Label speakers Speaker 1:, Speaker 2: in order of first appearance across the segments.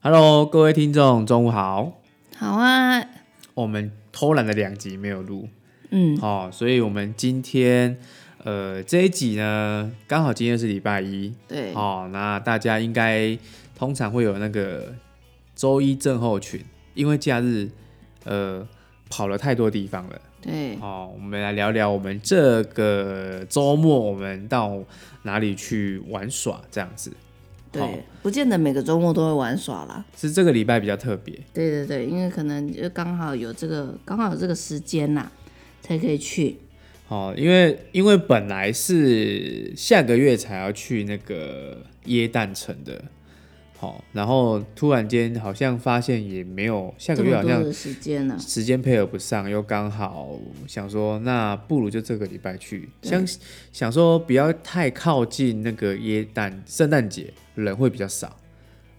Speaker 1: Hello，各位听众，中午好。
Speaker 2: 好啊，
Speaker 1: 我们偷懒了两集没有录，
Speaker 2: 嗯，
Speaker 1: 哦，所以我们今天呃这一集呢，刚好今天是礼拜一，
Speaker 2: 对，
Speaker 1: 哦，那大家应该通常会有那个周一症候群，因为假日呃跑了太多地方了。
Speaker 2: 对，
Speaker 1: 哦，我们来聊聊我们这个周末我们到哪里去玩耍这样子。好
Speaker 2: 对，不见得每个周末都会玩耍啦。
Speaker 1: 是这个礼拜比较特别，
Speaker 2: 对对对，因为可能就刚好有这个，刚好有这个时间啦，才可以去。
Speaker 1: 哦，因为因为本来是下个月才要去那个耶诞城的，好、然后突然间好像发现也没有下
Speaker 2: 这
Speaker 1: 个月
Speaker 2: 么
Speaker 1: 好
Speaker 2: 多
Speaker 1: 像
Speaker 2: 的时间呢、
Speaker 1: 时间配合不上，又刚好想说那不如就这个礼拜去，想想说不要太靠近那个耶诞圣诞节，人会比较少，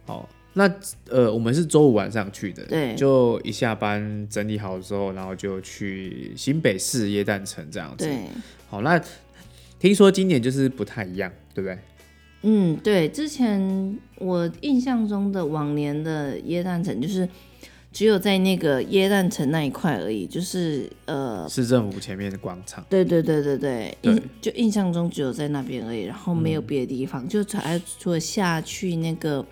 Speaker 1: 哦。那呃，我们是周五晚上去的，
Speaker 2: 对
Speaker 1: 就一下班整理好之后，然后就去新北市耶诞城这样子。
Speaker 2: 嗯对，
Speaker 1: 好，那听说今年就是不太一样，对不对？
Speaker 2: 嗯，对，之前我印象中的往年的耶诞城就是只有在那个耶诞城那一块而已，就是呃，
Speaker 1: 市政府前面的广场，
Speaker 2: 对对对对对，
Speaker 1: 对嗯
Speaker 2: 印就印象中只有在那边而已，然后没有别的地方，就还除了下去那个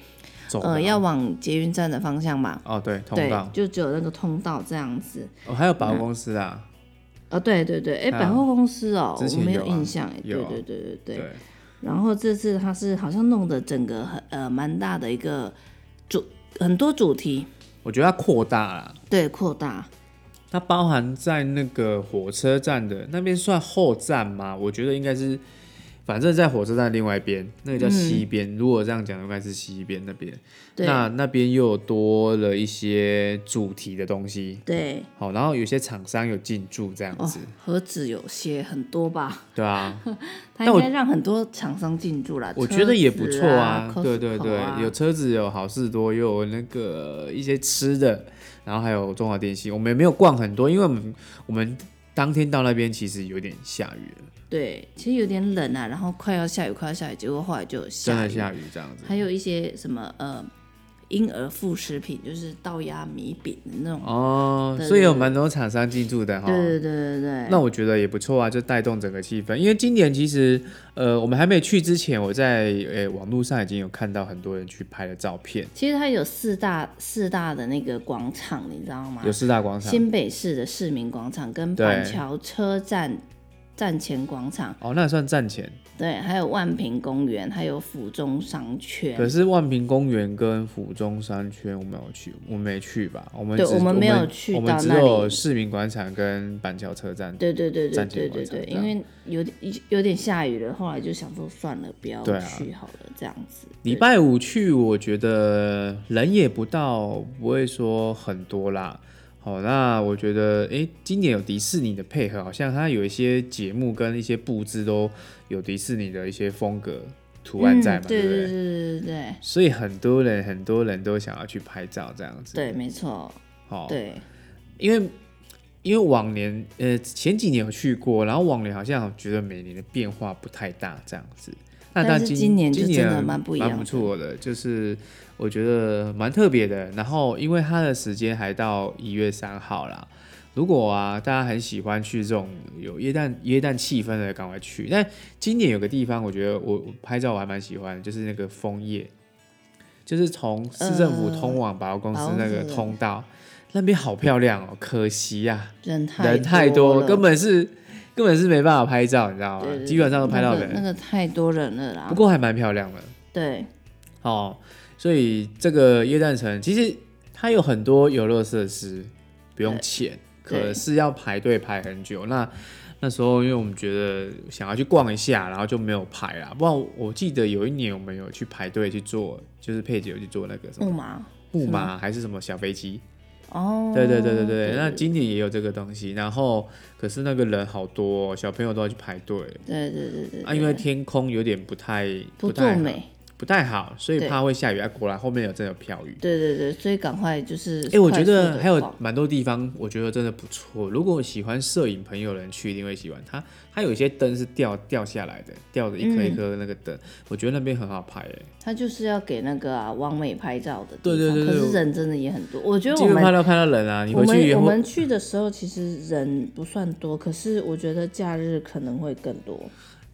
Speaker 1: 走的
Speaker 2: 呃，
Speaker 1: 吗
Speaker 2: 要往捷运站的方向嘛。
Speaker 1: 哦，对，通
Speaker 2: 对嗯
Speaker 1: 道，
Speaker 2: 就只有那个通道这样子。
Speaker 1: 哦，还有百货公司啊，
Speaker 2: 哦，对对对，哎、
Speaker 1: 啊
Speaker 2: 百货公司哦，
Speaker 1: 之前
Speaker 2: 我没
Speaker 1: 有啊
Speaker 2: 印象哎、对
Speaker 1: 有啊
Speaker 2: 对对对对。
Speaker 1: 对，
Speaker 2: 然后这次它是好像弄得整个很呃蛮大的一个主很多主题，
Speaker 1: 我觉得它扩大了，
Speaker 2: 对，扩大，
Speaker 1: 它包含在那个火车站的那边算后站吗？我觉得应该是，反正在火车站另外一边，那个叫西边，如果这样讲应该是西边那边，
Speaker 2: 嗯对
Speaker 1: 那那边又有多了一些主题的东西。
Speaker 2: 对。
Speaker 1: 好，然后有些厂商有进驻这样
Speaker 2: 哦
Speaker 1: 子，，
Speaker 2: 何止有些很多吧？
Speaker 1: 对啊，
Speaker 2: 它
Speaker 1: 但
Speaker 2: 应
Speaker 1: 我
Speaker 2: 该让很多厂商进驻啦。
Speaker 1: 我觉得也不
Speaker 2: 车
Speaker 1: 错
Speaker 2: 子
Speaker 1: 啊
Speaker 2: 啊，，
Speaker 1: 对对
Speaker 2: Costco
Speaker 1: 对，
Speaker 2: 啊
Speaker 1: 有车子，有好事多，又有那个一些吃的，然后还有中华电信，我们也没有逛很多，因为我们我们当天到那边其实有点下雨了，
Speaker 2: 对，其实有点冷啊，然后快要下雨，快要下雨，结果后来就有
Speaker 1: 真
Speaker 2: 下
Speaker 1: 的
Speaker 2: 雨，
Speaker 1: 下雨这样子。
Speaker 2: 还有一些什么呃婴儿副食品，就是稻芽米饼的那种。
Speaker 1: 哦，
Speaker 2: 对
Speaker 1: 所以
Speaker 2: 对
Speaker 1: 有
Speaker 2: 对
Speaker 1: 蛮多厂商进驻的哈。
Speaker 2: 对对对对对。
Speaker 1: 那我觉得也不错啊，就带动整个气氛。因为今年其实，呃，我们还没去之前，我在呃、网络上已经有看到很多人去拍的照片，
Speaker 2: 其实它有四大四大的那个广场，你知道吗
Speaker 1: 有？四大广场。
Speaker 2: 新北市的市民广场跟
Speaker 1: 对
Speaker 2: 板桥车站站前广场，
Speaker 1: 哦，那算站前。
Speaker 2: 对，还有万平公园，还有府中商圈。
Speaker 1: 可是万平公园跟府中山圈我没有去，我没去吧？我们
Speaker 2: 对
Speaker 1: 只
Speaker 2: 我们没有
Speaker 1: 我们
Speaker 2: 去
Speaker 1: 我们
Speaker 2: 到
Speaker 1: 只
Speaker 2: 那
Speaker 1: 有
Speaker 2: 里
Speaker 1: 市民广场跟板桥车站。
Speaker 2: 对对对对
Speaker 1: 站前
Speaker 2: 对
Speaker 1: 广
Speaker 2: 对
Speaker 1: 场
Speaker 2: 对，
Speaker 1: 这
Speaker 2: 因
Speaker 1: 样
Speaker 2: 为有点有点下雨了，后来就想说算了，不要
Speaker 1: 对啊
Speaker 2: 去好了，这样子。
Speaker 1: 礼拜五去，我觉得人也不到，不会说很多啦。好，那我觉得，诶，今年有迪士尼的配合，好像它有一些节目跟一些布置都有迪士尼的一些风格图案在嘛，
Speaker 2: 嗯、
Speaker 1: 对
Speaker 2: 对
Speaker 1: 不
Speaker 2: 对对对对对
Speaker 1: 所以很多人很多人都想要去拍照这样子。
Speaker 2: 对，没错，
Speaker 1: 好，
Speaker 2: 对
Speaker 1: 因为因为往年呃前几年有去过，然后往年好像觉得每年的变化不太大这样子。那
Speaker 2: 但是
Speaker 1: 今
Speaker 2: 今年就
Speaker 1: 今年
Speaker 2: 真的蛮不一样的
Speaker 1: 不错的，就是我觉得蛮特别的。然后因为它的时间还到一月三号啦。如果啊，大家很喜欢去这种有耶诞耶诞气氛的，赶快去。但今年有个地方，我觉得我我拍照我还蛮喜欢的，就是那个枫叶，就是从市政府
Speaker 2: 呃
Speaker 1: 通往百货公司
Speaker 2: 百货
Speaker 1: 那
Speaker 2: 公司
Speaker 1: 个
Speaker 2: 对
Speaker 1: 通道，那边好漂亮哦，可惜呀、
Speaker 2: 人
Speaker 1: 啊，
Speaker 2: 太
Speaker 1: 人太
Speaker 2: 多
Speaker 1: 多，
Speaker 2: 了，嗯
Speaker 1: 根本是根本是没办法拍照，你知道吗？
Speaker 2: 对对
Speaker 1: 基本上都拍到
Speaker 2: 那
Speaker 1: 人，
Speaker 2: 个那个太多人了啦。
Speaker 1: 不过还蛮漂亮的
Speaker 2: 对
Speaker 1: 哦。所以这个耶诞城其实它有很多游乐设施，不用钱，
Speaker 2: 对
Speaker 1: 可是要排队排很久。那那时候因为我们觉得想要去逛一下，然后就没有排啦。不然我记得有一年我们有去排队去做，就是佩姐有去做那个什么
Speaker 2: 木马
Speaker 1: 木马还是什么小飞机，
Speaker 2: 哦，
Speaker 1: 对对对对对，那今年也有这个东西，然后可是那个人好多、哦，小朋友都要去排队
Speaker 2: 对对对对
Speaker 1: 啊，因为天空有点不太太
Speaker 2: 不作
Speaker 1: 好
Speaker 2: 美，
Speaker 1: 不太好，所以
Speaker 2: 对
Speaker 1: 怕会下雨。啊，果然后面有真的有飘雨。
Speaker 2: 对对对，所以赶快就是
Speaker 1: 哎、我觉
Speaker 2: 快速
Speaker 1: 得
Speaker 2: 地
Speaker 1: 还有
Speaker 2: 逛
Speaker 1: 蛮多地方，我觉得真的不错。如果喜欢摄影朋友的人去，一定会喜欢它。它有一些灯是掉掉下来的，掉的一颗一颗的那个
Speaker 2: 嗯
Speaker 1: 灯，我觉得那边很好拍、欸。
Speaker 2: 他就是要给那个啊王美拍照的地
Speaker 1: 对
Speaker 2: 方，
Speaker 1: 对对对
Speaker 2: 可是人真的也很多，我觉得
Speaker 1: 基
Speaker 2: 我
Speaker 1: 本拍
Speaker 2: 们。
Speaker 1: 到拍到人啊，你
Speaker 2: 我
Speaker 1: 回去
Speaker 2: 们
Speaker 1: 也
Speaker 2: 我
Speaker 1: 会。
Speaker 2: 们去的时候其实人不算多，可是我觉得假日可能会更多。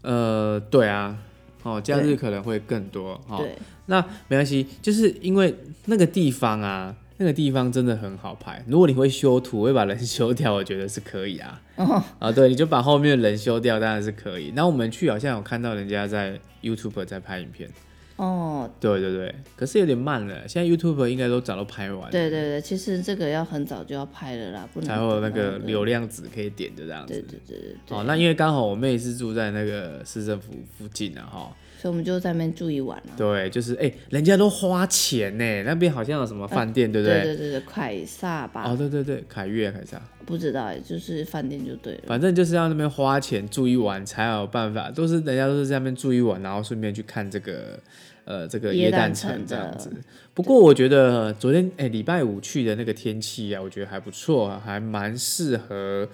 Speaker 1: 呃，对啊，哦，假日
Speaker 2: 对
Speaker 1: 可能会更多。哦，
Speaker 2: 对，
Speaker 1: 那没关系，就是因为那个地方啊，那个地方真的很好拍。如果你会修图，会把人修掉，我觉得是可以啊。
Speaker 2: 哦，
Speaker 1: 啊，对，你就把后面的人修掉，当然是可以。那我们去好像有看到人家在 YouTube 在拍影片，
Speaker 2: 哦，
Speaker 1: 对对对，可是有点慢了。现在 YouTube 应该都早都拍完了，
Speaker 2: 对嗯对对，其实这个要很早就要拍了啦，不能
Speaker 1: 才会有那
Speaker 2: 等到
Speaker 1: 个流量值可以点，就这样
Speaker 2: 对
Speaker 1: 子。
Speaker 2: 对对对对，
Speaker 1: 哦，那因为刚好我妹是住在那个市政府附近啊，哈，
Speaker 2: 所以我们就在那边住一晚啊。
Speaker 1: 对，就是哎、人家都花钱呢，那边好像有什么饭店，对不
Speaker 2: 对对对对，凯撒吧，
Speaker 1: 哦，对对对，凯悦凯撒，
Speaker 2: 不知道哎，就是饭店就对了。
Speaker 1: 反正就是要那边花钱住一晚才有办法，都是人家都是在那边住一晚，然后顺便去看这个呃这个
Speaker 2: 耶
Speaker 1: 耶
Speaker 2: 诞
Speaker 1: 诞
Speaker 2: 城
Speaker 1: 城这样
Speaker 2: 的
Speaker 1: 子。不过我觉得呃昨天哎礼拜五去的那个天气啊，我觉得还不错啊，还蛮适合。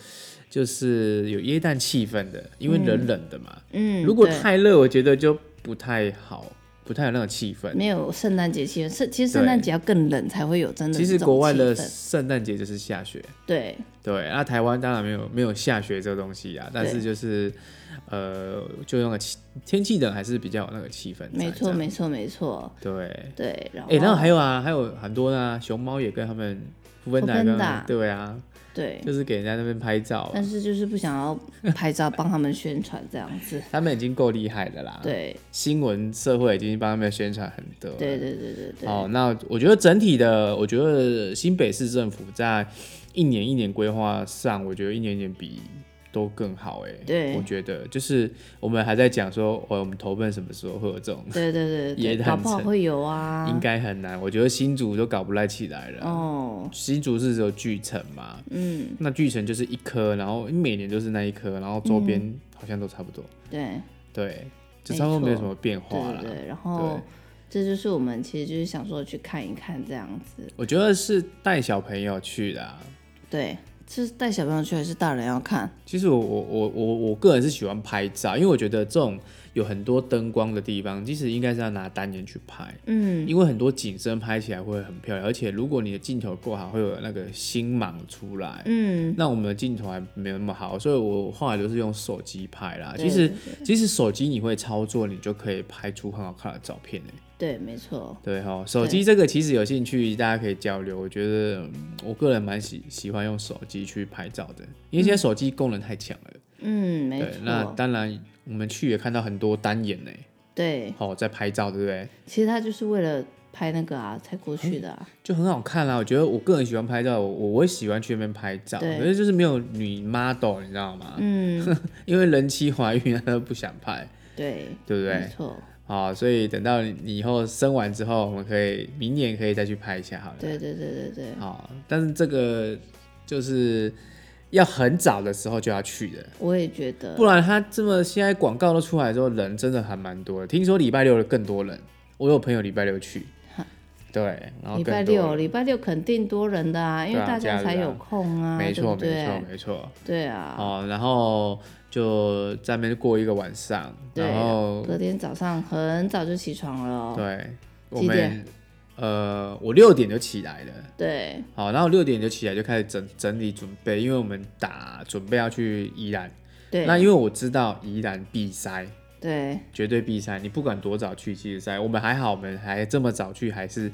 Speaker 1: 就是有耶诞气氛的，因为冷冷的嘛。
Speaker 2: 嗯，
Speaker 1: 如果
Speaker 2: 对
Speaker 1: 太热，我觉得就不太好，不太有那种气氛。
Speaker 2: 没有圣诞节气氛，是其实圣诞节要更冷才会有真的
Speaker 1: 其实
Speaker 2: 这种
Speaker 1: 国外的
Speaker 2: 气氛
Speaker 1: 圣诞节就是下雪，
Speaker 2: 对
Speaker 1: 对，那台湾当然没有没有下雪这个东西啊，但是
Speaker 2: 对
Speaker 1: 就是呃，就那个气天气冷还是比较有那个气氛在，
Speaker 2: 没
Speaker 1: 这
Speaker 2: 错
Speaker 1: 样
Speaker 2: 没哦错没错
Speaker 1: 对。
Speaker 2: 对，然后
Speaker 1: 哎、然后还有啊，还有很多啊，熊猫也跟他们福芬达跟他们
Speaker 2: Foodpanda
Speaker 1: 对啊，
Speaker 2: 对，
Speaker 1: 就是给人家那边拍照啊、
Speaker 2: 但是就是不想要拍照帮他们宣传这样 子，
Speaker 1: 他们已经够厉害的啦。，
Speaker 2: 对
Speaker 1: 新闻社会已经帮他们宣传很多了。
Speaker 2: 对对对对对，
Speaker 1: 哦，那我觉得整体的，我觉得新北市政府在一年一年规划上，我觉得一年一年比都更好哎。
Speaker 2: 对
Speaker 1: 我觉得就是我们还在讲说，哦，我们投奔什么时候会有这种，
Speaker 2: 对对对
Speaker 1: 耶
Speaker 2: 对，
Speaker 1: 诞
Speaker 2: 搞不好
Speaker 1: 城
Speaker 2: 会有啊，
Speaker 1: 应该很难。我觉得新竹都搞不太起来了。
Speaker 2: 哦，
Speaker 1: 新竹是只有巨城嘛，
Speaker 2: 嗯，
Speaker 1: 那巨城就是一颗，然后每年都是那一颗，然后周边好像都差不多，
Speaker 2: 对
Speaker 1: 对，就差不多
Speaker 2: 嗯没错
Speaker 1: 没有什么变
Speaker 2: 对
Speaker 1: 化
Speaker 2: 对
Speaker 1: 啦。
Speaker 2: 对，然后这就是我们其实就是想说去看一看这样子，
Speaker 1: 我觉得是带小朋友去的、啊。
Speaker 2: 对，是带小朋友去还是大人要看？
Speaker 1: 其实我我我我我个人是喜欢拍照，因为我觉得这种有很多灯光的地方，其实应该是要拿单眼去拍，
Speaker 2: 嗯，
Speaker 1: 因为很多景深拍起来会很漂亮，而且如果你的镜头够好，会有那个星芒出来。
Speaker 2: 嗯，
Speaker 1: 那我们的镜头还没有那么好，所以我后来都是用手机拍啦。
Speaker 2: 对
Speaker 1: 其实
Speaker 2: 对
Speaker 1: 其实手机你会操作，你就可以拍出很好看的照片诶。
Speaker 2: 对，没错，
Speaker 1: 对哈，手机这个其实有兴趣，大家可以交流。我觉得嗯我个人蛮喜喜欢用手机去拍照的，因为现在手机功能太强了。
Speaker 2: 嗯，没
Speaker 1: 对，那
Speaker 2: 错，
Speaker 1: 当然，我们去也看到很多单眼呢，
Speaker 2: 对，
Speaker 1: 哦，在拍照，对不对？
Speaker 2: 其实他就是为了拍那个啊才过去 的啊，
Speaker 1: 就很好看啦。我觉得我个人喜欢拍照，我我会喜欢去那边拍照，
Speaker 2: 对
Speaker 1: 可是就是没有女 model，你知道吗？
Speaker 2: 嗯，
Speaker 1: 因为人妻怀孕，她都不想拍，
Speaker 2: 对，
Speaker 1: 对不
Speaker 2: 没
Speaker 1: 对？
Speaker 2: 错，
Speaker 1: 好，所以等到你以后生完之后，我们可以明年可以再去拍一下好了。
Speaker 2: 对对对对对，
Speaker 1: 好，但是这个就是要很早的时候就要去的，
Speaker 2: 我也觉得
Speaker 1: 不，然他这么现在广告都出来之后，人真的还蛮多的。听说礼拜六的更多人，我有朋友礼拜六去，对，然后
Speaker 2: 礼拜
Speaker 1: 更多
Speaker 2: 六
Speaker 1: 人。
Speaker 2: 礼拜六肯定多人的啊，因为
Speaker 1: 对啊
Speaker 2: 大
Speaker 1: 假
Speaker 2: 家
Speaker 1: 日
Speaker 2: 才
Speaker 1: 啊
Speaker 2: 有空啊，
Speaker 1: 没
Speaker 2: 对
Speaker 1: 错，没
Speaker 2: 不
Speaker 1: 错，
Speaker 2: 对？
Speaker 1: 没错。
Speaker 2: 对啊，
Speaker 1: 哦，然后就在那边过一个晚上，
Speaker 2: 对
Speaker 1: 然后
Speaker 2: 隔天早上很早就起床了哦，
Speaker 1: 对，我
Speaker 2: 几点
Speaker 1: 们呃，我六点就起来了，
Speaker 2: 对
Speaker 1: 好，然后六点就起来就开始整整理准备，因为我们打准备要去宜兰，那
Speaker 2: 对
Speaker 1: 因为我知道宜兰必塞，
Speaker 2: 对
Speaker 1: 绝对必塞。你不管多早去，其实塞。我们还好，我们还这么早去，还是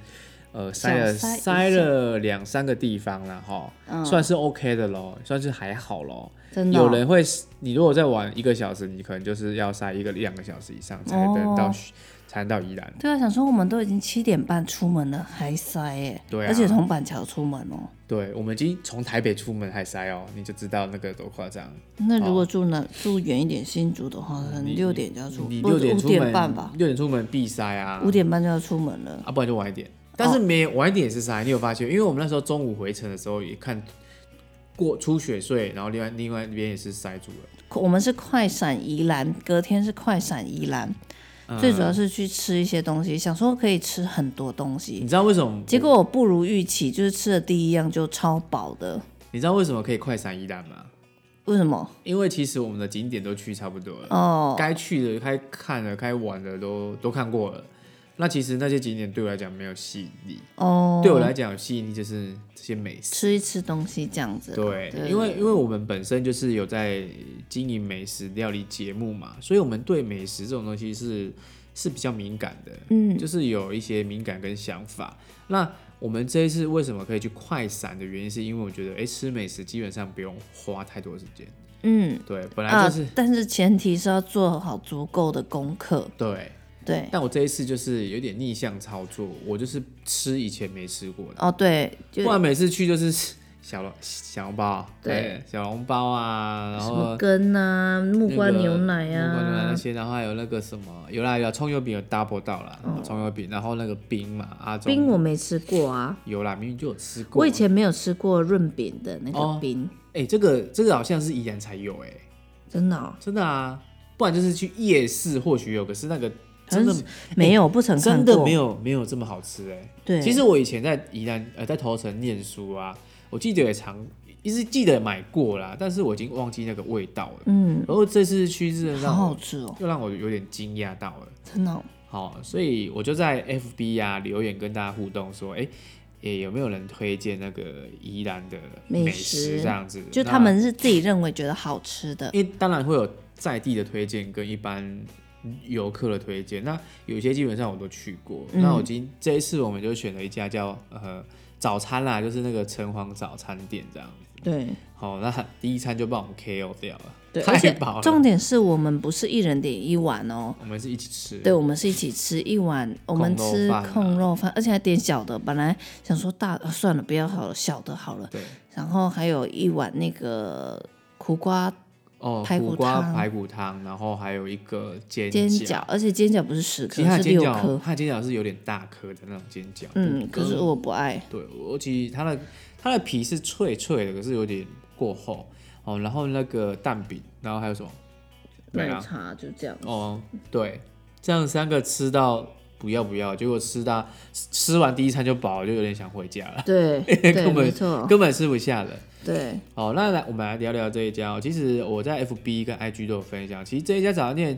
Speaker 1: 呃塞了
Speaker 2: 小塞一下
Speaker 1: 塞了两三个地方了哈，
Speaker 2: 嗯
Speaker 1: 算是 OK 的咯，算是还好咯。
Speaker 2: 真的哦
Speaker 1: 有人会，你如果再晚一个小时，你可能就是要塞一个两个小时以上才能到、
Speaker 2: 哦
Speaker 1: 才能到宜兰。
Speaker 2: 对啊，想说我们都已经七点半出门了，还塞耶，
Speaker 1: 对啊
Speaker 2: 而且从板桥出门哦。
Speaker 1: 对，我们已经从台北出门还塞哦，你就知道那个多夸张。
Speaker 2: 那如果住呢、住远一点新竹的话，可能六点就要出，
Speaker 1: 嗯你
Speaker 2: 不
Speaker 1: 六点
Speaker 2: 五
Speaker 1: 出
Speaker 2: 点
Speaker 1: 门
Speaker 2: 半吧，，
Speaker 1: 六点出门必塞啊，
Speaker 2: 五点半就要出门了。
Speaker 1: 啊，不然就晚一点。但是
Speaker 2: 哦
Speaker 1: 没晚一点也是塞，你有发现？因为我们那时候中午回程的时候也看过出雪隧，然后另外另外一边也是塞住了。
Speaker 2: 我们是快闪宜兰，隔天是快闪宜兰，
Speaker 1: 嗯
Speaker 2: 最主要是去吃一些东西，想说可以吃很多东
Speaker 1: 你
Speaker 2: 西，
Speaker 1: 知道为什么？
Speaker 2: 结果我不如预期，就是吃的第一样就超饱的，
Speaker 1: 你知道为什么可以快闪一单吗？
Speaker 2: 为什么？
Speaker 1: 因为其实我们的景点都去差不多了，
Speaker 2: 哦，
Speaker 1: 该去的、该看的、该玩的都都看过了。那其实那些景点对我来讲没有吸引力，
Speaker 2: 哦，
Speaker 1: 对我来讲有吸引力就是这些美食。
Speaker 2: 吃一吃东西这样子，
Speaker 1: 对，
Speaker 2: 对
Speaker 1: 因为因为我们本身就是有在经营美食料理节目嘛，所以我们对美食这种东西是是比较敏感的，
Speaker 2: 嗯
Speaker 1: 就是有一些敏感跟想法。那我们这一次为什么可以去快闪的原因，是因为我觉得，哎、吃美食基本上不用花太多时间。
Speaker 2: 嗯。
Speaker 1: 对，本来
Speaker 2: 啊
Speaker 1: 就是、，
Speaker 2: 但是前提是要做好足够的功课，
Speaker 1: 对，
Speaker 2: 对，
Speaker 1: 但我这一次就是有点逆向操作，我就是吃以前没吃过的。
Speaker 2: 哦对，就
Speaker 1: 不然每次去就是小笼小笼包，
Speaker 2: 对
Speaker 1: 哎，小笼包啊，然
Speaker 2: 什
Speaker 1: 后
Speaker 2: 么羹啊、木
Speaker 1: 那
Speaker 2: 瓜
Speaker 1: 个
Speaker 2: 牛奶
Speaker 1: 木瓜牛奶那
Speaker 2: 啊，
Speaker 1: 些，然后还有那个什么，有啦有啦，葱油饼有 double 到啦，葱、油饼，然后那个冰嘛，阿中
Speaker 2: 哦冰我没吃过啊，
Speaker 1: 有啦，明明就有吃过。
Speaker 2: 我以前没有吃过润饼的那
Speaker 1: 哦
Speaker 2: 个冰，
Speaker 1: 哎、这个这个好像是宜兰才有哎、
Speaker 2: 真的哦
Speaker 1: 真的啊，不然就是去夜市或许有，可是那个真的
Speaker 2: 没有，不曾看
Speaker 1: 真
Speaker 2: 过，
Speaker 1: 的没有没有这么好吃哎、
Speaker 2: 对，
Speaker 1: 其实我以前在宜兰呃在头城念书啊，我记得也常一直记得买过啦，但是我已经忘记那个味道了。
Speaker 2: 嗯，
Speaker 1: 然后这次去日让
Speaker 2: 好
Speaker 1: 我
Speaker 2: 好吃哦，
Speaker 1: 又让我有点惊讶到了。
Speaker 2: 真的哦，
Speaker 1: 好，所以我就在 FB 啊留言跟大家互动说，哎、诶有没有人推荐那个宜兰的
Speaker 2: 美
Speaker 1: 美
Speaker 2: 食
Speaker 1: 食这样子？
Speaker 2: 就
Speaker 1: 那
Speaker 2: 他们是自己认为觉得好吃的，
Speaker 1: 因为当然会有在地的推荐跟一般游客的推荐，那有些基本上我都去过。
Speaker 2: 嗯
Speaker 1: 那我今这一次我们就选了一家叫呃早餐啦，就是那个城隍早餐店这样子。
Speaker 2: 对
Speaker 1: 好，那第一餐就帮我们 KO 掉了，
Speaker 2: 对，而
Speaker 1: 太
Speaker 2: 且
Speaker 1: 饱了。
Speaker 2: 重点是我们不是一人点一碗哦。
Speaker 1: 我们是一起吃，
Speaker 2: 对，我们是一起吃一碗，我们
Speaker 1: 控肉
Speaker 2: 吃
Speaker 1: 饭啊
Speaker 2: 控肉饭，而且还点小的。本来想说大、呃算了，不要好了，小的好了。
Speaker 1: 对
Speaker 2: 然后还有一碗那个苦瓜
Speaker 1: 哦，
Speaker 2: 排骨
Speaker 1: 苦瓜
Speaker 2: 汤
Speaker 1: 排骨汤，然后还有一个煎
Speaker 2: 煎
Speaker 1: 饺
Speaker 2: 饺，，而且煎饺不是十
Speaker 1: 其实
Speaker 2: 颗
Speaker 1: 它，的
Speaker 2: 是
Speaker 1: 煎
Speaker 2: 六
Speaker 1: 饺，
Speaker 2: 颗。
Speaker 1: 它的煎饺是有点大颗的那种煎饺，
Speaker 2: 嗯，
Speaker 1: 不
Speaker 2: 可
Speaker 1: 割
Speaker 2: 是我不爱。
Speaker 1: 对，我其实它的它的皮是脆脆的，可是有点过厚哦。然后那个蛋饼，然后还有什么？没
Speaker 2: 奶
Speaker 1: 了
Speaker 2: 茶就这样。
Speaker 1: 啊哦，对，这样三个吃到不要不要，结果吃到吃吃完第一餐就饱了，就有点想回家了，
Speaker 2: 对 对，
Speaker 1: 根本
Speaker 2: 没错，
Speaker 1: 根本吃不下了。
Speaker 2: 对，
Speaker 1: 好，那来我们来聊聊这一家、哦。其实我在 FB 跟 IG 都有分享，其实这一家早餐店，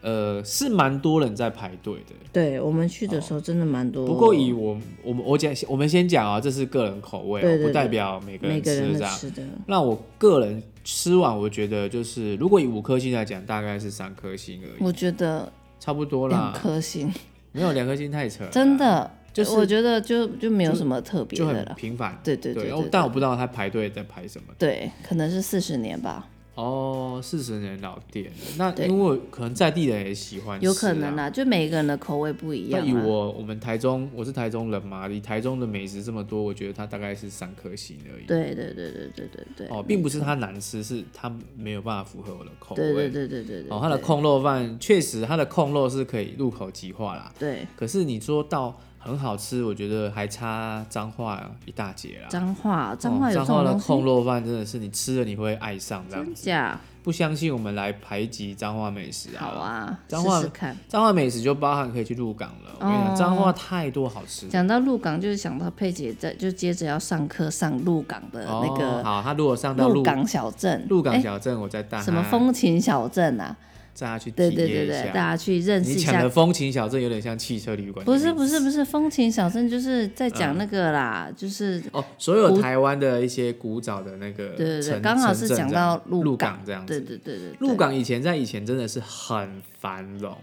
Speaker 1: 呃，是蛮多人在排队的。
Speaker 2: 对我们去的时候真的蛮多。
Speaker 1: 哦不过以我我们我讲，我们先讲啊，这是个人口味、哦，
Speaker 2: 对
Speaker 1: 不
Speaker 2: 对对
Speaker 1: 代表每个
Speaker 2: 每
Speaker 1: 人
Speaker 2: 个
Speaker 1: 吃
Speaker 2: 人
Speaker 1: 这
Speaker 2: 的
Speaker 1: 样。
Speaker 2: 吃的，
Speaker 1: 那我个人吃完，我觉得就是如果以五颗星来讲，大概是三颗星而已，
Speaker 2: 我觉得
Speaker 1: 差不多
Speaker 2: 两
Speaker 1: 啦。
Speaker 2: 颗星，
Speaker 1: 没有两颗星太扯了，
Speaker 2: 真的，
Speaker 1: 就是
Speaker 2: 我觉得就就没有什么特别
Speaker 1: 就
Speaker 2: 的
Speaker 1: 很
Speaker 2: 了。
Speaker 1: 平凡。
Speaker 2: 对对
Speaker 1: 对
Speaker 2: 对
Speaker 1: 哦，但我不知道他排队在排什么。
Speaker 2: 对，可能是四十年吧，
Speaker 1: 哦，四十年老店，那
Speaker 2: 对
Speaker 1: 因为可能在地人也喜欢吃、啊，
Speaker 2: 有可能。啦，就每一个人的口味不一
Speaker 1: 那
Speaker 2: 样
Speaker 1: 以
Speaker 2: 啊。
Speaker 1: 我我们台中，我是台中人嘛，以台中的美食这么多，我觉得它大概是三颗星而已。
Speaker 2: 对对对对对对对。
Speaker 1: 哦，并不是它难吃，是它没有办法符合我的口味。
Speaker 2: 对对对对对对。
Speaker 1: 哦，它的
Speaker 2: 对
Speaker 1: 控肉饭确实，它的控肉是可以入口即化啦。
Speaker 2: 对
Speaker 1: 可是你说到很好吃，我觉得还差彰化一大截啦。
Speaker 2: 脏话，
Speaker 1: 哦
Speaker 2: 脏话有这
Speaker 1: 彰
Speaker 2: 种
Speaker 1: 化的
Speaker 2: 东西，
Speaker 1: 控肉饭真的是你吃了你会爱上这样
Speaker 2: 真
Speaker 1: 子。
Speaker 2: 假？
Speaker 1: 不相信我们来排挤彰化美食
Speaker 2: 好
Speaker 1: 了。
Speaker 2: 啊，
Speaker 1: 脏话
Speaker 2: 试试看。
Speaker 1: 彰化美食就包含可以去鹿港了。我跟你讲，
Speaker 2: 哦
Speaker 1: 彰化太多好吃的。
Speaker 2: 讲到鹿港，就是想到佩姐在，就接着要上课上鹿港的那
Speaker 1: 哦、
Speaker 2: 个
Speaker 1: 好，他如果上到
Speaker 2: 鹿
Speaker 1: 鹿
Speaker 2: 港小镇，
Speaker 1: 鹿港
Speaker 2: 哎
Speaker 1: 小镇，我再带他
Speaker 2: 什么风情小镇啊？
Speaker 1: 带他去体
Speaker 2: 对对对
Speaker 1: 验一
Speaker 2: 对，大
Speaker 1: 下。
Speaker 2: 家去认识
Speaker 1: 你
Speaker 2: 一
Speaker 1: 抢
Speaker 2: 下
Speaker 1: 的。风情小镇有点像汽车旅馆的
Speaker 2: 不
Speaker 1: 名字。
Speaker 2: 是不是不是，风情小镇就是在
Speaker 1: 嗯
Speaker 2: 讲那个啦，就是
Speaker 1: 哦，所有台湾的一些古早的那个城，
Speaker 2: 对对对，
Speaker 1: 城
Speaker 2: 刚好是
Speaker 1: 镇
Speaker 2: 讲
Speaker 1: 这样
Speaker 2: 到鹿
Speaker 1: 鹿
Speaker 2: 港
Speaker 1: 港这样
Speaker 2: 对
Speaker 1: 子。
Speaker 2: 对对对，对
Speaker 1: 鹿港以前在以前真的是很繁荣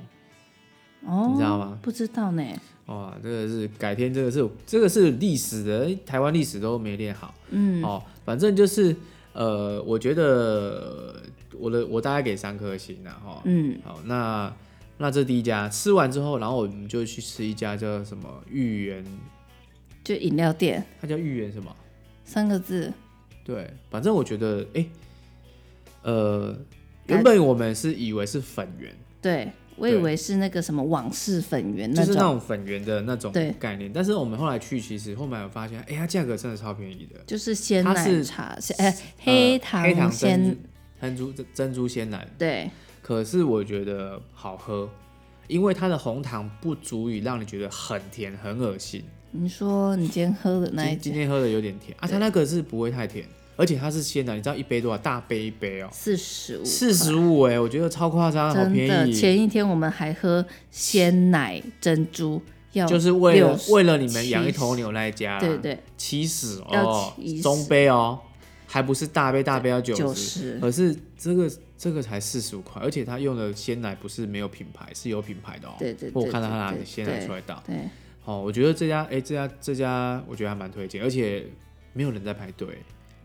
Speaker 2: 哦，
Speaker 1: 你知道吗？
Speaker 2: 不知道呢，
Speaker 1: 哇，这个是改天，这个是这个是历史的台湾历史都没练好，嗯，哦，反正就是呃，我觉得我的我大概给三颗星啦，哈、
Speaker 2: 嗯，
Speaker 1: 好，那那这第一家吃完之后，然后我们就去吃一家叫什么芋圆，
Speaker 2: 就饮料店
Speaker 1: 它叫芋圆什么？
Speaker 2: 三个字，
Speaker 1: 对，反正我觉得，哎、呃，
Speaker 2: 改
Speaker 1: 原本我们是以为是粉圆，
Speaker 2: 对我以为是那个什么往事粉圆
Speaker 1: 就是那
Speaker 2: 种，
Speaker 1: 种粉圆的那种
Speaker 2: 对
Speaker 1: 概念，但是我们后来去，其实后面有发现，哎、它价格真的超便宜的，
Speaker 2: 就是鲜
Speaker 1: 它
Speaker 2: 奶
Speaker 1: 是
Speaker 2: 茶，是哎
Speaker 1: 呃黑
Speaker 2: 糖
Speaker 1: 糖
Speaker 2: 鲜
Speaker 1: 珍珠珍珠珍珠鲜奶，
Speaker 2: 对，
Speaker 1: 可是我觉得好喝，因为它的红糖不足以让你觉得很甜很恶心。
Speaker 2: 你说你今天喝的那一
Speaker 1: 今今
Speaker 2: 家
Speaker 1: 天喝的有点甜啊，它那个是不会太甜，而且它是鲜奶，你知道一杯多少？大杯一杯哦、
Speaker 2: 四十五，
Speaker 1: 四十五哎，我觉得超夸张，好
Speaker 2: 真
Speaker 1: 便
Speaker 2: 的。
Speaker 1: 宜，
Speaker 2: 前一天我们还喝鲜奶珍珠，要
Speaker 1: 就是为了
Speaker 2: 60
Speaker 1: 为了你们养一头牛啊那一家啦，
Speaker 2: 对对
Speaker 1: 七十哦
Speaker 2: 要70，
Speaker 1: 中杯哦，还不是大杯，大杯要九
Speaker 2: 九
Speaker 1: 十，
Speaker 2: 十，
Speaker 1: 可是这个这个才四十五块，而且他用的鲜奶不是没有品牌，是有品牌的哦。
Speaker 2: 对对对
Speaker 1: 我有看到他拿
Speaker 2: 对对
Speaker 1: 鲜奶出来倒。
Speaker 2: 对，
Speaker 1: 哦，我觉得这家哎、这家这家我觉得还蛮推荐，而且没有人在排队，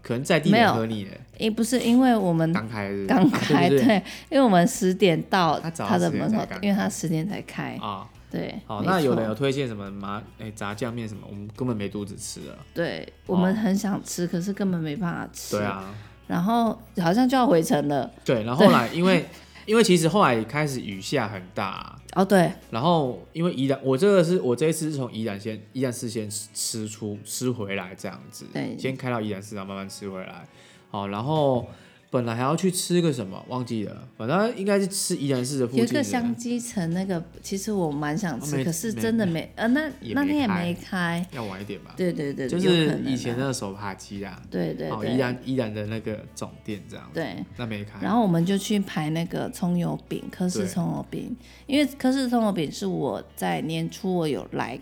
Speaker 1: 可能在地
Speaker 2: 没
Speaker 1: 人
Speaker 2: 有
Speaker 1: 和你耶
Speaker 2: 诶，不是因为我们
Speaker 1: 刚开是不是
Speaker 2: 刚
Speaker 1: 啊
Speaker 2: 开，
Speaker 1: 对不对
Speaker 2: 对，因为我们十点到
Speaker 1: 他早上
Speaker 2: 他的
Speaker 1: 10点
Speaker 2: 门口
Speaker 1: 才，开
Speaker 2: 因为他十点才开，
Speaker 1: 啊。
Speaker 2: 对，
Speaker 1: 好，
Speaker 2: 没
Speaker 1: 那有
Speaker 2: 错
Speaker 1: 人有推荐什么麻哎、炸酱面什么，我们根本没肚子吃了。
Speaker 2: 对我们很想吃，可是根本没办法吃。
Speaker 1: 对。啊，
Speaker 2: 然后好像就要回程了。
Speaker 1: 对，然后后来因为因为其实后来开始雨下很大，
Speaker 2: 哦，对，
Speaker 1: 然后因为宜兰，我这个是我这一次是从宜兰先宜兰市先吃出吃回来这样子，
Speaker 2: 对
Speaker 1: 先开到宜兰市场慢慢吃回来。好，然后本来还要去吃个什么忘记了，反正应该是吃宜兰市的附近
Speaker 2: 有一个
Speaker 1: 的
Speaker 2: 香鸡城那个，其实我蛮想
Speaker 1: 哦没
Speaker 2: 吃，可是真的没，呃，那
Speaker 1: 也没
Speaker 2: 那天也
Speaker 1: 开
Speaker 2: 没开。
Speaker 1: 要晚一点吧，
Speaker 2: 对对对，
Speaker 1: 就
Speaker 2: 有可
Speaker 1: 是
Speaker 2: 能啊
Speaker 1: 以前那个手扒鸡啊，
Speaker 2: 对对
Speaker 1: 哦，
Speaker 2: 对，
Speaker 1: 宜兰啊宜兰的那个总店这样，，
Speaker 2: 对。
Speaker 1: 那没开，
Speaker 2: 然后我们就去排那个葱油饼，科
Speaker 1: 对
Speaker 2: 氏葱油饼，因为科氏葱油饼是我在年初我有来，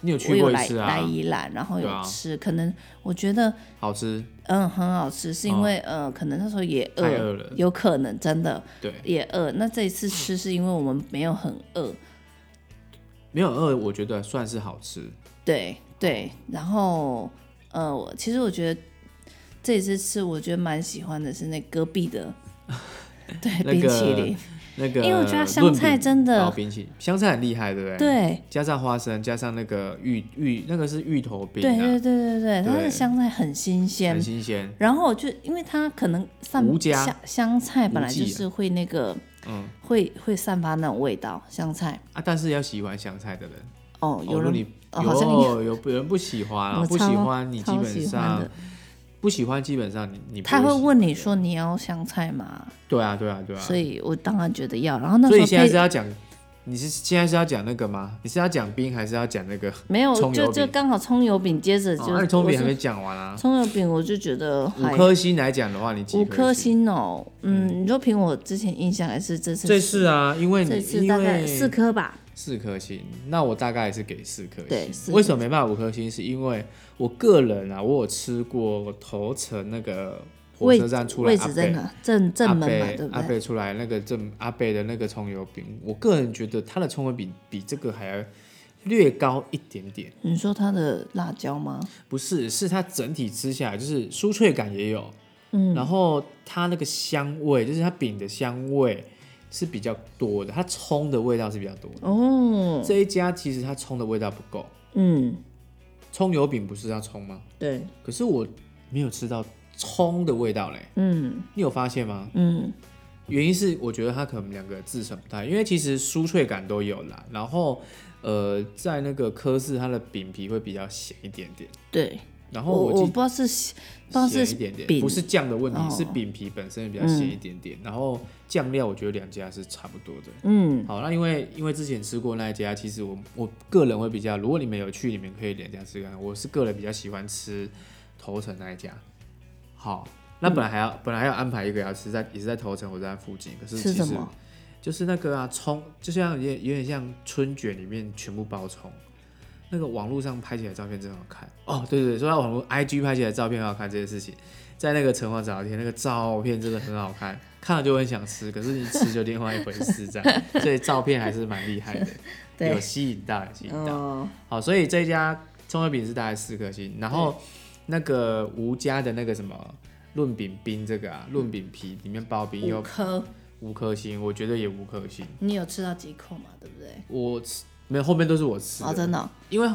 Speaker 1: 你有
Speaker 2: 我
Speaker 1: 去
Speaker 2: 有
Speaker 1: 过一
Speaker 2: 来
Speaker 1: 次
Speaker 2: 来
Speaker 1: 啊，
Speaker 2: 宜兰，然后
Speaker 1: 对啊
Speaker 2: 有吃，可能我觉得
Speaker 1: 好吃，
Speaker 2: 嗯很好吃，是因为、呃可能那时候也
Speaker 1: 哦太饿了
Speaker 2: 有可能真的，
Speaker 1: 对，
Speaker 2: 也饿。那这一次吃是因为我们没有很饿，
Speaker 1: 没有饿，我觉得算是好吃，
Speaker 2: 对对。然后呃，我其实我觉得这一次吃，我觉得蛮喜欢的是那隔壁的， 对、
Speaker 1: 那
Speaker 2: 冰淇
Speaker 1: 个
Speaker 2: 淋，
Speaker 1: 那个，
Speaker 2: 因为我觉得它香菜真的
Speaker 1: 冰淇淋，香菜很厉害，对不对？。
Speaker 2: 对
Speaker 1: 加上花生，加上那个芋芋，那个是芋头饼
Speaker 2: 对
Speaker 1: 啊
Speaker 2: 对对，对对，它
Speaker 1: 对
Speaker 2: 的香菜很新鲜
Speaker 1: 很。新鲜。
Speaker 2: 然后我就因为它可能散
Speaker 1: 无加
Speaker 2: 香香菜本
Speaker 1: 无
Speaker 2: 来
Speaker 1: 忌
Speaker 2: 就
Speaker 1: 啊
Speaker 2: 是会那个
Speaker 1: 嗯
Speaker 2: 会会散发那种味道，香菜
Speaker 1: 啊，但是要喜欢香菜的人，
Speaker 2: 哦，
Speaker 1: 如
Speaker 2: 有
Speaker 1: 果
Speaker 2: 人、
Speaker 1: 你有
Speaker 2: 哦好像有
Speaker 1: 有有人不喜欢啊，
Speaker 2: 我
Speaker 1: 不喜
Speaker 2: 超
Speaker 1: 欢你基
Speaker 2: 超
Speaker 1: 本
Speaker 2: 喜欢
Speaker 1: 上
Speaker 2: 的，
Speaker 1: 不喜欢基本上你你不
Speaker 2: 他
Speaker 1: 会
Speaker 2: 会
Speaker 1: 喜
Speaker 2: 问你说你要香菜吗？
Speaker 1: 对啊对啊对啊，
Speaker 2: 所以我当然觉得要。然后那
Speaker 1: 所
Speaker 2: 时
Speaker 1: 以
Speaker 2: 候
Speaker 1: 现在
Speaker 2: 配
Speaker 1: 是要讲，你是现在是要讲那个吗？你是要讲冰还是要讲那个？
Speaker 2: 没有
Speaker 1: 葱，油 饼
Speaker 2: 就就刚好葱油饼，接着就
Speaker 1: 哦，那你葱
Speaker 2: 我
Speaker 1: 饼
Speaker 2: 是
Speaker 1: 还没讲完啊？
Speaker 2: 葱油饼，我就觉得
Speaker 1: 五
Speaker 2: 还
Speaker 1: 颗星来讲的话，你几
Speaker 2: 五颗
Speaker 1: 星？
Speaker 2: 星哦。嗯，你就凭我之前印象，还是这次
Speaker 1: 这次啊，因为你
Speaker 2: 这次
Speaker 1: 因
Speaker 2: 大
Speaker 1: 为
Speaker 2: 概四颗吧。
Speaker 1: 四颗星，那我大概也是给四颗星。
Speaker 2: 对四颗
Speaker 1: 为什么没办法五颗星？是因为我个人啊，我有吃过头城那个火
Speaker 2: 位
Speaker 1: 车站出来
Speaker 2: 位
Speaker 1: 阿
Speaker 2: 置
Speaker 1: 贝
Speaker 2: 在哪？正正门嘛
Speaker 1: 阿，贝
Speaker 2: 对不
Speaker 1: 阿
Speaker 2: 对？
Speaker 1: 贝出来那个正阿贝的那个葱油饼，我个人觉得它的葱油饼比这个还要略高一点点，
Speaker 2: 你说它的辣椒吗？
Speaker 1: 不是，是它整体吃下来就是酥脆感也有，
Speaker 2: 嗯，
Speaker 1: 然后它那个香味，就是它饼的香味是比较多的，它葱的味道是比较多的。
Speaker 2: 哦，
Speaker 1: 这一家其实它葱的味道不够，
Speaker 2: 嗯，
Speaker 1: 葱油饼不是要葱吗？
Speaker 2: 对，
Speaker 1: 可是我没有吃到葱的味道嘞，
Speaker 2: 嗯
Speaker 1: 你有发现吗？
Speaker 2: 嗯，
Speaker 1: 原因是我觉得它可能两个自成不太，因为其实酥脆感都有啦，然后呃，在那个科室它的饼皮会比较咸一点点，
Speaker 2: 对，
Speaker 1: 然后
Speaker 2: 我我
Speaker 1: 记
Speaker 2: 不知道是不知道
Speaker 1: 咸一
Speaker 2: 是
Speaker 1: 点点，
Speaker 2: 饼
Speaker 1: 不是酱的问题，
Speaker 2: 哦嗯
Speaker 1: 是饼皮本身比较咸一点点，然后酱料我觉得两家是差不多的。
Speaker 2: 嗯
Speaker 1: 好，那因为因为之前吃过那一家，其实我我个人会比较，如果你们有去，你们可以两家吃看看。我是个人比较喜欢吃头城那一家。好，那本来还要、本来还要安排一个要吃在也是在头城火车站附近，可是其
Speaker 2: 嗯吃
Speaker 1: 实
Speaker 2: 什么？
Speaker 1: 就是那个啊葱，就像有点有点像春卷里面全部包葱。那个网络上拍起来的照片真好看哦，对对对，说到网络 IG 拍起来的照片很好看这件事情，在那个城隍早天那个照片真的很好看，看了就很想吃，可是你吃就另外一回事这 样，所以照片还是蛮厉害的，
Speaker 2: 对
Speaker 1: 有吸引到，有吸引到。
Speaker 2: 哦，
Speaker 1: 好，所以这家葱油饼是大概四颗星，然后那个吴家的那个什么论饼冰这个啊，论饼皮里面包冰
Speaker 2: 嗯五
Speaker 1: 有
Speaker 2: 颗，
Speaker 1: 五颗星，我觉得也五颗星。
Speaker 2: 你有吃到几口嘛？对不对？
Speaker 1: 我吃没有，后面都是我吃的，
Speaker 2: 哦，真的哦，
Speaker 1: 因为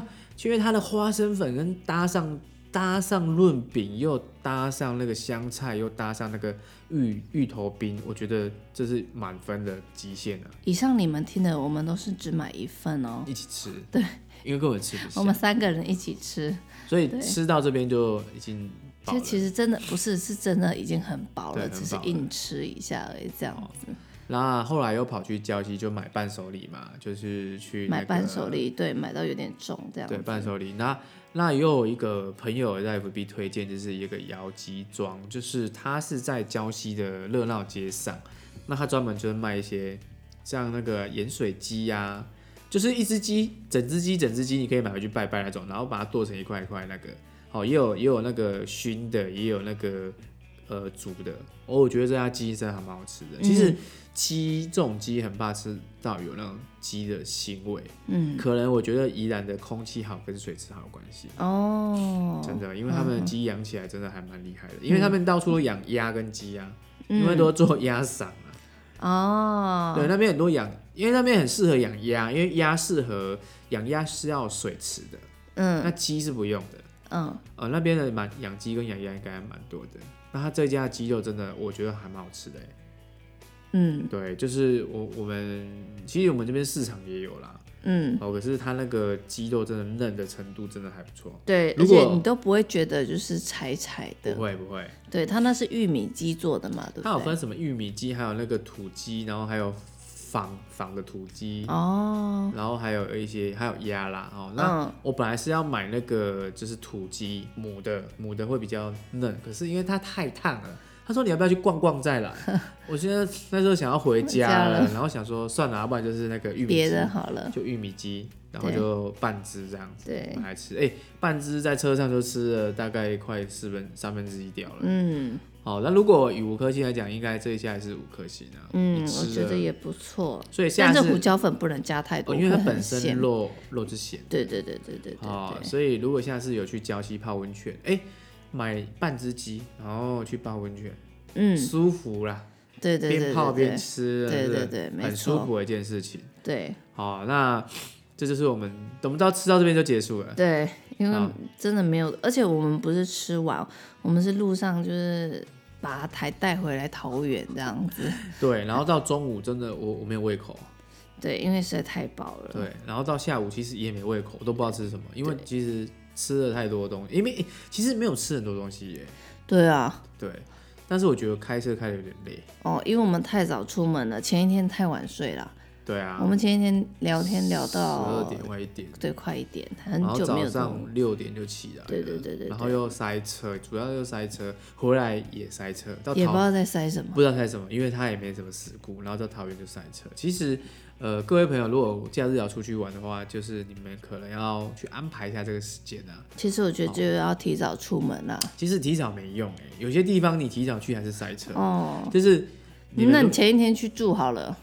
Speaker 1: 因为它的花生粉跟搭上搭上润饼，又搭上那个香菜，又搭上那个芋芋头冰，我觉得这是满分的极限了、啊
Speaker 2: 以上你们听的，我们都是只买一份哦。
Speaker 1: 一起吃，对，因为根本吃不
Speaker 2: 我
Speaker 1: 下
Speaker 2: 们，三个人一起吃，
Speaker 1: 所以
Speaker 2: 对
Speaker 1: 吃到这边就已经饱
Speaker 2: 其
Speaker 1: 了
Speaker 2: 实。其实真的不是，是真的已经很饱了，
Speaker 1: 对
Speaker 2: 只是
Speaker 1: 很饱了哦
Speaker 2: 硬吃一下而已，这样子。
Speaker 1: 那后来又跑去礁溪，就买伴手礼嘛，就是去、那
Speaker 2: 买
Speaker 1: 个
Speaker 2: 伴手礼，对，买到有点重这样子。
Speaker 1: 对，伴手礼。那那也有一个朋友在 FB 推荐，就是一个姚鸡庄，就是它是在礁溪的热闹街上，那它专门就是卖一些像那个盐水鸡呀、就是一只鸡，整只鸡，整只鸡，你可以买回去拜拜那种，然后把它剁成一块一块那个，好、也有也有那个熏的，也有那个呃煮的。哦，我觉得这家鸡真的还蛮好吃的。其
Speaker 2: 嗯
Speaker 1: 实鸡这种鸡很怕吃到有那种鸡的腥味，
Speaker 2: 嗯，
Speaker 1: 可能我觉得宜兰的空气好跟水质好有关系，
Speaker 2: 哦，
Speaker 1: 真的，因为他们的鸡养起来真的还蛮厉害的，因为他们到处都养鸭跟鸡啊，
Speaker 2: 嗯
Speaker 1: 因为都做鸭嗓啊，
Speaker 2: 哦，
Speaker 1: 对，那边很多养，因为那边很适合养鸭，因为鸭适合养鸭是要有水池的，那
Speaker 2: 嗯
Speaker 1: 鸡是不用的。
Speaker 2: 嗯，
Speaker 1: 呃，那边的蛮养鸡跟养鸭应该还蛮多的，那他这家的鸡肉真的我觉得还蛮好吃的欸，
Speaker 2: 嗯
Speaker 1: 对，就是我我们其实我们这边市场也有啦，
Speaker 2: 嗯，
Speaker 1: 哦，可是它那个鸡肉真的嫩的程度真的还不错。
Speaker 2: 对，而
Speaker 1: 如果
Speaker 2: 且你都不会觉得就是柴柴的
Speaker 1: 不，会不会，
Speaker 2: 对，啊它那是玉米鸡做的嘛，对
Speaker 1: 它有
Speaker 2: 不
Speaker 1: 分
Speaker 2: 对？
Speaker 1: 什么玉米鸡，还有那个土鸡，然后还有仿仿的土鸡，
Speaker 2: 哦，
Speaker 1: 然后还有一些还有鸭啦哦。那
Speaker 2: 嗯
Speaker 1: 我本来是要买那个就是土鸡母的，母的会比较嫩，可是因为它太烫了。他说你要不要去逛逛再 来？我现在那时候想要回家了，
Speaker 2: 回家了
Speaker 1: 然后想说算了，啊要不然就是那个玉米
Speaker 2: 别
Speaker 1: 鸡，
Speaker 2: 的好了，
Speaker 1: 就玉米鸡，然后
Speaker 2: 对
Speaker 1: 就半只这样子
Speaker 2: 对
Speaker 1: 买来吃。哎、半只在车上就吃了大概快四分三分之一掉了。
Speaker 2: 嗯
Speaker 1: 好，那如果以五颗星来讲，应该这一下还是五颗星啊。
Speaker 2: 嗯，
Speaker 1: 你吃
Speaker 2: 我觉
Speaker 1: 了
Speaker 2: 得，也不错，
Speaker 1: 所以下
Speaker 2: 但
Speaker 1: 次
Speaker 2: 是胡椒粉不能加太
Speaker 1: 哦，
Speaker 2: 多，
Speaker 1: 因为它
Speaker 2: 会很
Speaker 1: 本身
Speaker 2: 咸
Speaker 1: 肉肉是咸
Speaker 2: 对对对对对对
Speaker 1: 啊、哦，
Speaker 2: 对，
Speaker 1: 所以如果下次有去礁溪泡温泉，哎、买半只鸡，然后去泡温泉，
Speaker 2: 嗯，
Speaker 1: 舒服啦，
Speaker 2: 对对对
Speaker 1: 边泡
Speaker 2: 对
Speaker 1: 边
Speaker 2: 对
Speaker 1: 吃，啊
Speaker 2: 对
Speaker 1: 是不是
Speaker 2: 对对没
Speaker 1: 很舒
Speaker 2: 错
Speaker 1: 服的一件事情。
Speaker 2: 对
Speaker 1: 好，那这就是我们我们到吃到这边就结束了。
Speaker 2: 对，因为
Speaker 1: 好
Speaker 2: 真的没有，而且我们不是吃完，我们是路上就是把它还带回来桃园这样子，
Speaker 1: 对，然后到中午真的我我没有胃口，啊
Speaker 2: 对，因为实在太饱了，
Speaker 1: 对，然后到下午其实也没胃口，我都不知道吃什么，因为其实吃了太多东西，因为其实没有吃很多东西耶。
Speaker 2: 对啊，
Speaker 1: 对，但是我觉得开车开的有点累。
Speaker 2: 哦，因为我们太早出门了，前一天太晚睡了，
Speaker 1: 对啊，
Speaker 2: 我们前一天聊天聊
Speaker 1: 十二
Speaker 2: 到
Speaker 1: 点快一点，
Speaker 2: 对快一点，很
Speaker 1: 然后
Speaker 2: 久没
Speaker 1: 早
Speaker 2: 有这种
Speaker 1: 上六点就起来了，
Speaker 2: 对对对对
Speaker 1: 然后又塞车，主要又塞车，回来也塞车，到
Speaker 2: 也不知
Speaker 1: 桃
Speaker 2: 道在塞什么，
Speaker 1: 不知道塞什么，因为它也没什么事故，然后到桃园就塞车。其实，呃，各位朋友，如果假日要出去玩的话，就是你们可能要去安排一下这个时间啊。
Speaker 2: 其实我觉得就要提早出门啊啦，
Speaker 1: 其实提早没用哎、有些地方你提早去还是塞车，
Speaker 2: 哦，
Speaker 1: 就是你们
Speaker 2: 那
Speaker 1: 如
Speaker 2: 你前一天去住好了，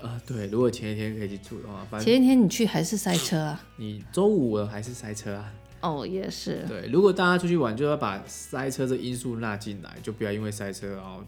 Speaker 1: 啊、对，如果前一天可以去住的话，反正
Speaker 2: 前一天你去还是塞车啊。
Speaker 1: 你周五了还是塞车啊。
Speaker 2: 哦，也是，
Speaker 1: 对，如果大家出去玩，就要把塞车这因素纳进来，就不要因为塞车然后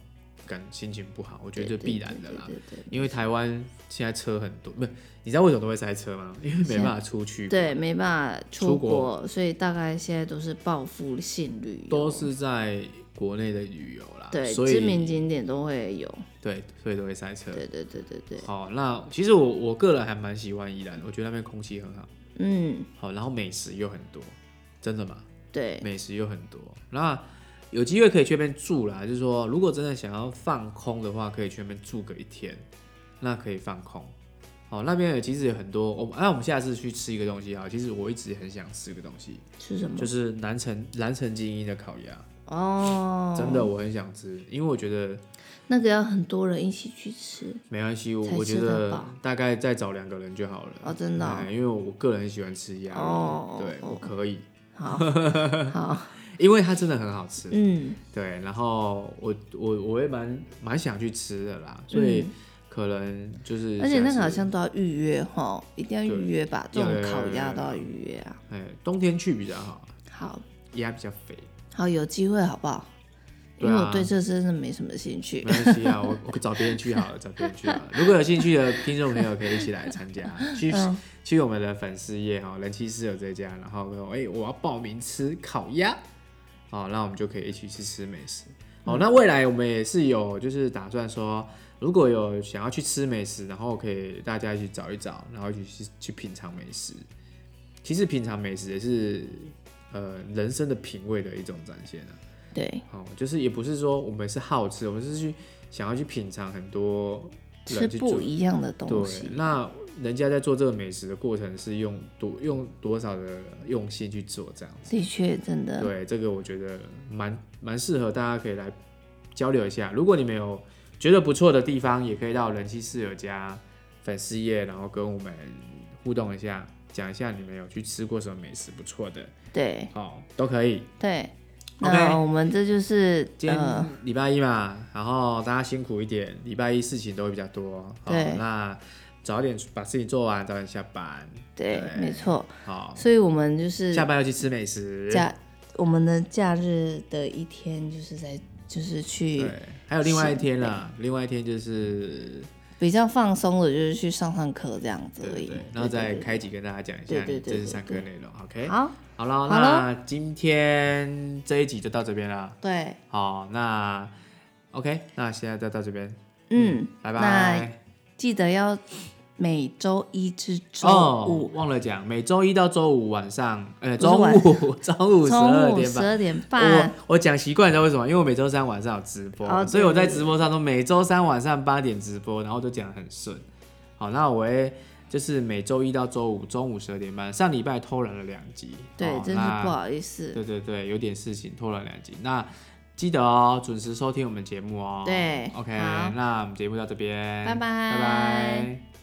Speaker 1: 感心情不好，我觉得这
Speaker 2: 对
Speaker 1: 必然的啦。
Speaker 2: 对对对
Speaker 1: 因为台湾现在车很多，不是，你知道为什么都会塞车吗？因为没办法出去，
Speaker 2: 对，对，没办法
Speaker 1: 出
Speaker 2: 出
Speaker 1: 国
Speaker 2: 国，所以大概现在都是报复性旅游，
Speaker 1: 都是在国内的旅游啦，
Speaker 2: 对
Speaker 1: 所
Speaker 2: 知名
Speaker 1: 以
Speaker 2: 景点都会有，
Speaker 1: 对，所以都会塞车。
Speaker 2: 对对对对对，
Speaker 1: 好，哦那其实我我个人还蛮喜欢宜兰，我觉得那边空气很好，
Speaker 2: 嗯，
Speaker 1: 好，然后美食又很多，真的吗？
Speaker 2: 对，
Speaker 1: 美食又很多。那有机会可以去那边住啦，就是说，如果真的想要放空的话，可以去那边住个一天，那可以放空。好，那边有其实有很多，我们那我们下次去吃一个东西啊，其实我一直很想吃一个东西，
Speaker 2: 吃什么？
Speaker 1: 就是南城南城精英的烤鸭，
Speaker 2: 哦，
Speaker 1: 真的我很想吃，因为我觉得
Speaker 2: 那个要很多人一起去吃，
Speaker 1: 没关系，我
Speaker 2: 才吃
Speaker 1: 我觉
Speaker 2: 得
Speaker 1: 得
Speaker 2: 饱
Speaker 1: 大概再找两个人就好了。
Speaker 2: 哦真的哦
Speaker 1: 哎因为我个人很喜欢吃鸭肉，
Speaker 2: 哦
Speaker 1: 对
Speaker 2: 哦
Speaker 1: 我可以，
Speaker 2: 好，
Speaker 1: 嗯
Speaker 2: 好，
Speaker 1: 因为它真的很好吃。
Speaker 2: 嗯，
Speaker 1: 对，然后我我我也蛮蛮想去吃的啦，所以
Speaker 2: 嗯
Speaker 1: 可能就是，
Speaker 2: 而且那个好像都要预约哈，一定要预约吧，这
Speaker 1: 对
Speaker 2: 种
Speaker 1: 要
Speaker 2: 烤
Speaker 1: 要要
Speaker 2: 鸭
Speaker 1: 要
Speaker 2: 都要预约啊。
Speaker 1: 哎，冬天去比较好，
Speaker 2: 好，
Speaker 1: 鸭比较肥，
Speaker 2: 好，有机会好不好？因
Speaker 1: 对啊
Speaker 2: 为我对这真的没什么兴趣
Speaker 1: 没。关系啊，我我找别人去好了，找别人去好了。如果有兴趣的听众朋友可以一起来参加，去、
Speaker 2: 嗯
Speaker 1: 去我们的粉丝页哈，人气室友这家，然后跟我哎、我要报名吃烤鸭，好，那我们就可以一起去吃美食。好，那未来我们也是有就是打算说，如果有想要去吃美食，然后可以大家一起找一找，然后一起去去品尝美食。其实品尝美食也是呃人生的品味的一种展现啊。
Speaker 2: 对，
Speaker 1: 哦，就是也不是说我们是好吃，我们是去想要去品尝很多
Speaker 2: 吃
Speaker 1: 去
Speaker 2: 不
Speaker 1: 做
Speaker 2: 一样的东
Speaker 1: 对
Speaker 2: 西，。
Speaker 1: 那人家在做这个美食的过程是用多用多少的用心去做这样子。
Speaker 2: 的确，真的，
Speaker 1: 对，这个我觉得蛮蛮适合大家可以来交流一下。如果你们有觉得不错的地方，也可以到人气室友家粉丝页，然后跟我们互动一下，讲一下你们有去吃过什么美食不错的，
Speaker 2: 对
Speaker 1: 哦，都可以。
Speaker 2: 对。
Speaker 1: OK
Speaker 2: 那我们这就是
Speaker 1: 今天
Speaker 2: 呃，
Speaker 1: 礼拜一嘛，然后大家辛苦一点，礼拜一事情都会比较多。哦
Speaker 2: 对
Speaker 1: 那早点把事情做完，早点下班。
Speaker 2: 对
Speaker 1: 对，
Speaker 2: 没错，
Speaker 1: 好，
Speaker 2: 所以我们就是
Speaker 1: 下班要去吃美食。
Speaker 2: 假我们的假日的一天就是在就是去
Speaker 1: 对，还有另外一天啦，另外一天就是
Speaker 2: 比较放松的，就是去上上课这样子
Speaker 1: 对
Speaker 2: 而
Speaker 1: 对
Speaker 2: 已
Speaker 1: 对。，然后再
Speaker 2: 对对
Speaker 1: 开集跟大家讲一
Speaker 2: 对
Speaker 1: 下你
Speaker 2: 对对
Speaker 1: 这次
Speaker 2: 对
Speaker 1: 上课
Speaker 2: 对
Speaker 1: 内容。OK，
Speaker 2: 好，
Speaker 1: 好了，
Speaker 2: 好
Speaker 1: 那今天这一集就到这边啦。
Speaker 2: 对，
Speaker 1: 好，那 OK，那现在就到这边，
Speaker 2: 嗯，
Speaker 1: 拜
Speaker 2: 那
Speaker 1: 拜。
Speaker 2: 记得要每周一至周
Speaker 1: 哦
Speaker 2: 五，
Speaker 1: 忘了讲，每周一到周五晚上，呃，
Speaker 2: 不是
Speaker 1: 中
Speaker 2: 晚
Speaker 1: 午中午十二
Speaker 2: 中午
Speaker 1: 点
Speaker 2: 十
Speaker 1: 半。
Speaker 2: 二点
Speaker 1: 我
Speaker 2: 半，
Speaker 1: 我讲习惯，你知道为什么？因为我每周三晚上有直播，
Speaker 2: 哦对
Speaker 1: 所以我在直播上都每周三晚上八点直播，然后就讲得很顺。好，那我会就是每周一到周五中午十二点半，上礼拜偷懒了两集，
Speaker 2: 对，
Speaker 1: 哦
Speaker 2: 真是
Speaker 1: 那
Speaker 2: 不好意思，
Speaker 1: 对对对，有点事情拖了两集。那记得哦，准时收听我们节目哦。
Speaker 2: 对
Speaker 1: ，OK，
Speaker 2: 好
Speaker 1: 那我们节目到这边，
Speaker 2: 拜拜
Speaker 1: 拜拜。